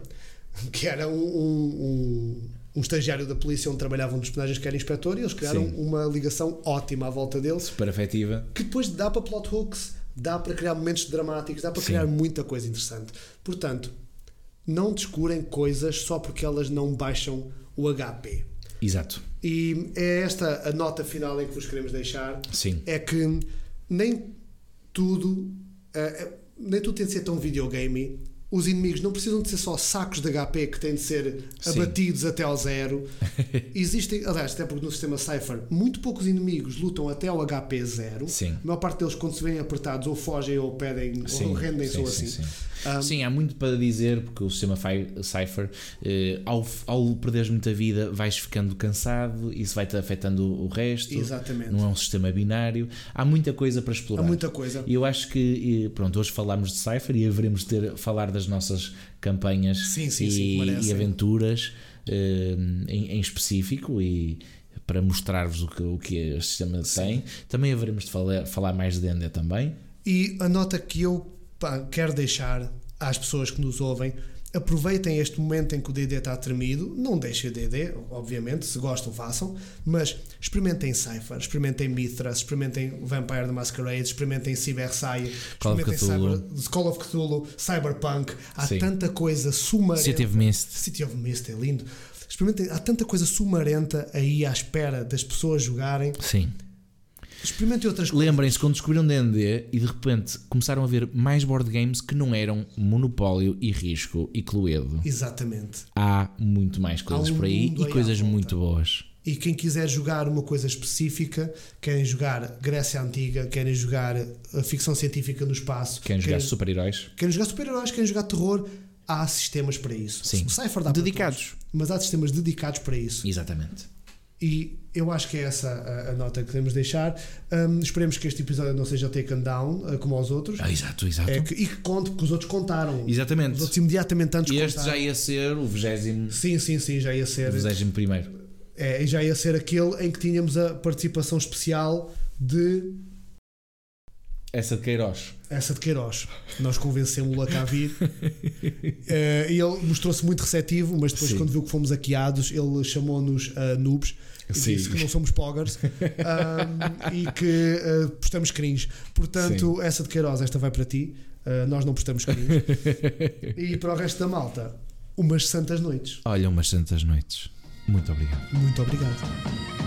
B: que era um, um, um- um estagiário da polícia onde trabalhavam dos personagens que era inspetor e eles criaram
C: Sim.
B: uma ligação ótima à volta deles,
C: Super afetiva.
B: que depois dá para plot hooks, dá para criar momentos dramáticos, dá para
C: Sim.
B: criar muita coisa interessante. Portanto, não descurem coisas só porque elas não baixam o HP.
C: Exato.
B: E é esta a nota final em que vos queremos deixar
C: Sim.
B: é que nem tudo eh, eh, nem tudo tem de ser tão videogame os inimigos não precisam de ser só sacos de HP que têm de ser
C: Sim.
B: abatidos até ao zero existem, aliás até porque no sistema Cypher muito poucos inimigos lutam até ao HP zero
C: Sim.
B: a maior parte deles quando se veem apertados ou fogem ou pedem ou
C: Sim,
B: rendem-se
C: sim,
B: ou
C: sim,
B: assim
C: sim. Sim, há muito para dizer, porque o sistema Fi- Cypher, eh, ao, f- ao perderes muita vida, vais ficando cansado, isso vai-te afetando o resto.
B: Exatamente.
C: Não é um sistema binário. Há muita coisa para explorar.
B: há muita coisa
C: E eu acho que, eh, pronto, hoje falámos de Cypher e haveremos de ter, falar das nossas campanhas
B: Sim, sim,
C: e,
B: sim, merecem.
C: e aventuras eh, em, em específico e para mostrar-vos o que, o que este sistema tem. Também haveremos de falar, falar mais de D&D também.
B: E a nota que eu pá, quero deixar às pessoas que nos ouvem, aproveitem este momento em que o DD está tremido, não deixem o DD, obviamente, se gostam façam, mas experimentem Cypher, experimentem Mithras, experimentem Vampire the Masquerade, experimentem Cyber Sai,
C: Call of
B: experimentem Cyber, Call of Cthulhu, Cyberpunk, há
C: Sim.
B: tanta coisa sumarenta.
C: City of Mist.
B: City of Mist é lindo. Experimentem, há tanta coisa sumarenta aí à espera das pessoas jogarem.
C: Sim.
B: Experimentem outras coisas.
C: Lembrem-se quando descobriram D&D e de repente começaram a ver mais board games que não eram Monopólio e Risco e Cluedo.
B: Exatamente.
C: Há muito mais coisas
B: Há um
C: por aí
B: mundo
C: e
B: aí à
C: coisas
B: volta.
C: muito boas.
B: E quem quiser jogar uma coisa específica, querem jogar Grécia Antiga, querem jogar a ficção científica no espaço,
C: Querem jogar super-heróis?
B: querem jogar super-heróis, querem jogar terror, há sistemas para isso.
C: Sim.
B: O Cypher dá para
C: Dedicados.
B: todos, mas há sistemas dedicados para isso.
C: Exatamente.
B: E eu acho que é essa a, a nota que queremos deixar. Hum, esperemos que este episódio não seja taken down, eh, como aos outros.
C: Ah, exato, exato.
B: É que- e que conte, porque os outros contaram. Os
C: Exatamente.
B: outros imediatamente antes
C: E este
B: contaram.
C: já é- ia ser o 20
B: Sim, sim, sim, já ia ser.
C: 21 primeiro.
B: É, e já ia ser aquele em que tínhamos a participação especial de
C: Essa de Queiroz.
B: essa de Queiroz. Nós convencemos-lo a cá vir. Eh, e ele mostrou-se muito receptivo, mas depois,
C: Sim.
B: quando viu que fomos hackeados, ele chamou-nos ah, noobs e
C: Sim.
B: disse que não somos poggers ah, e que ah, postamos cringe. Portanto, essa de Queiroz, esta vai para ti. Ah, nós não postamos cringe. e para o resto da malta, umas santas noites.
C: Olha, umas santas noites. Muito obrigado.
B: Muito obrigado.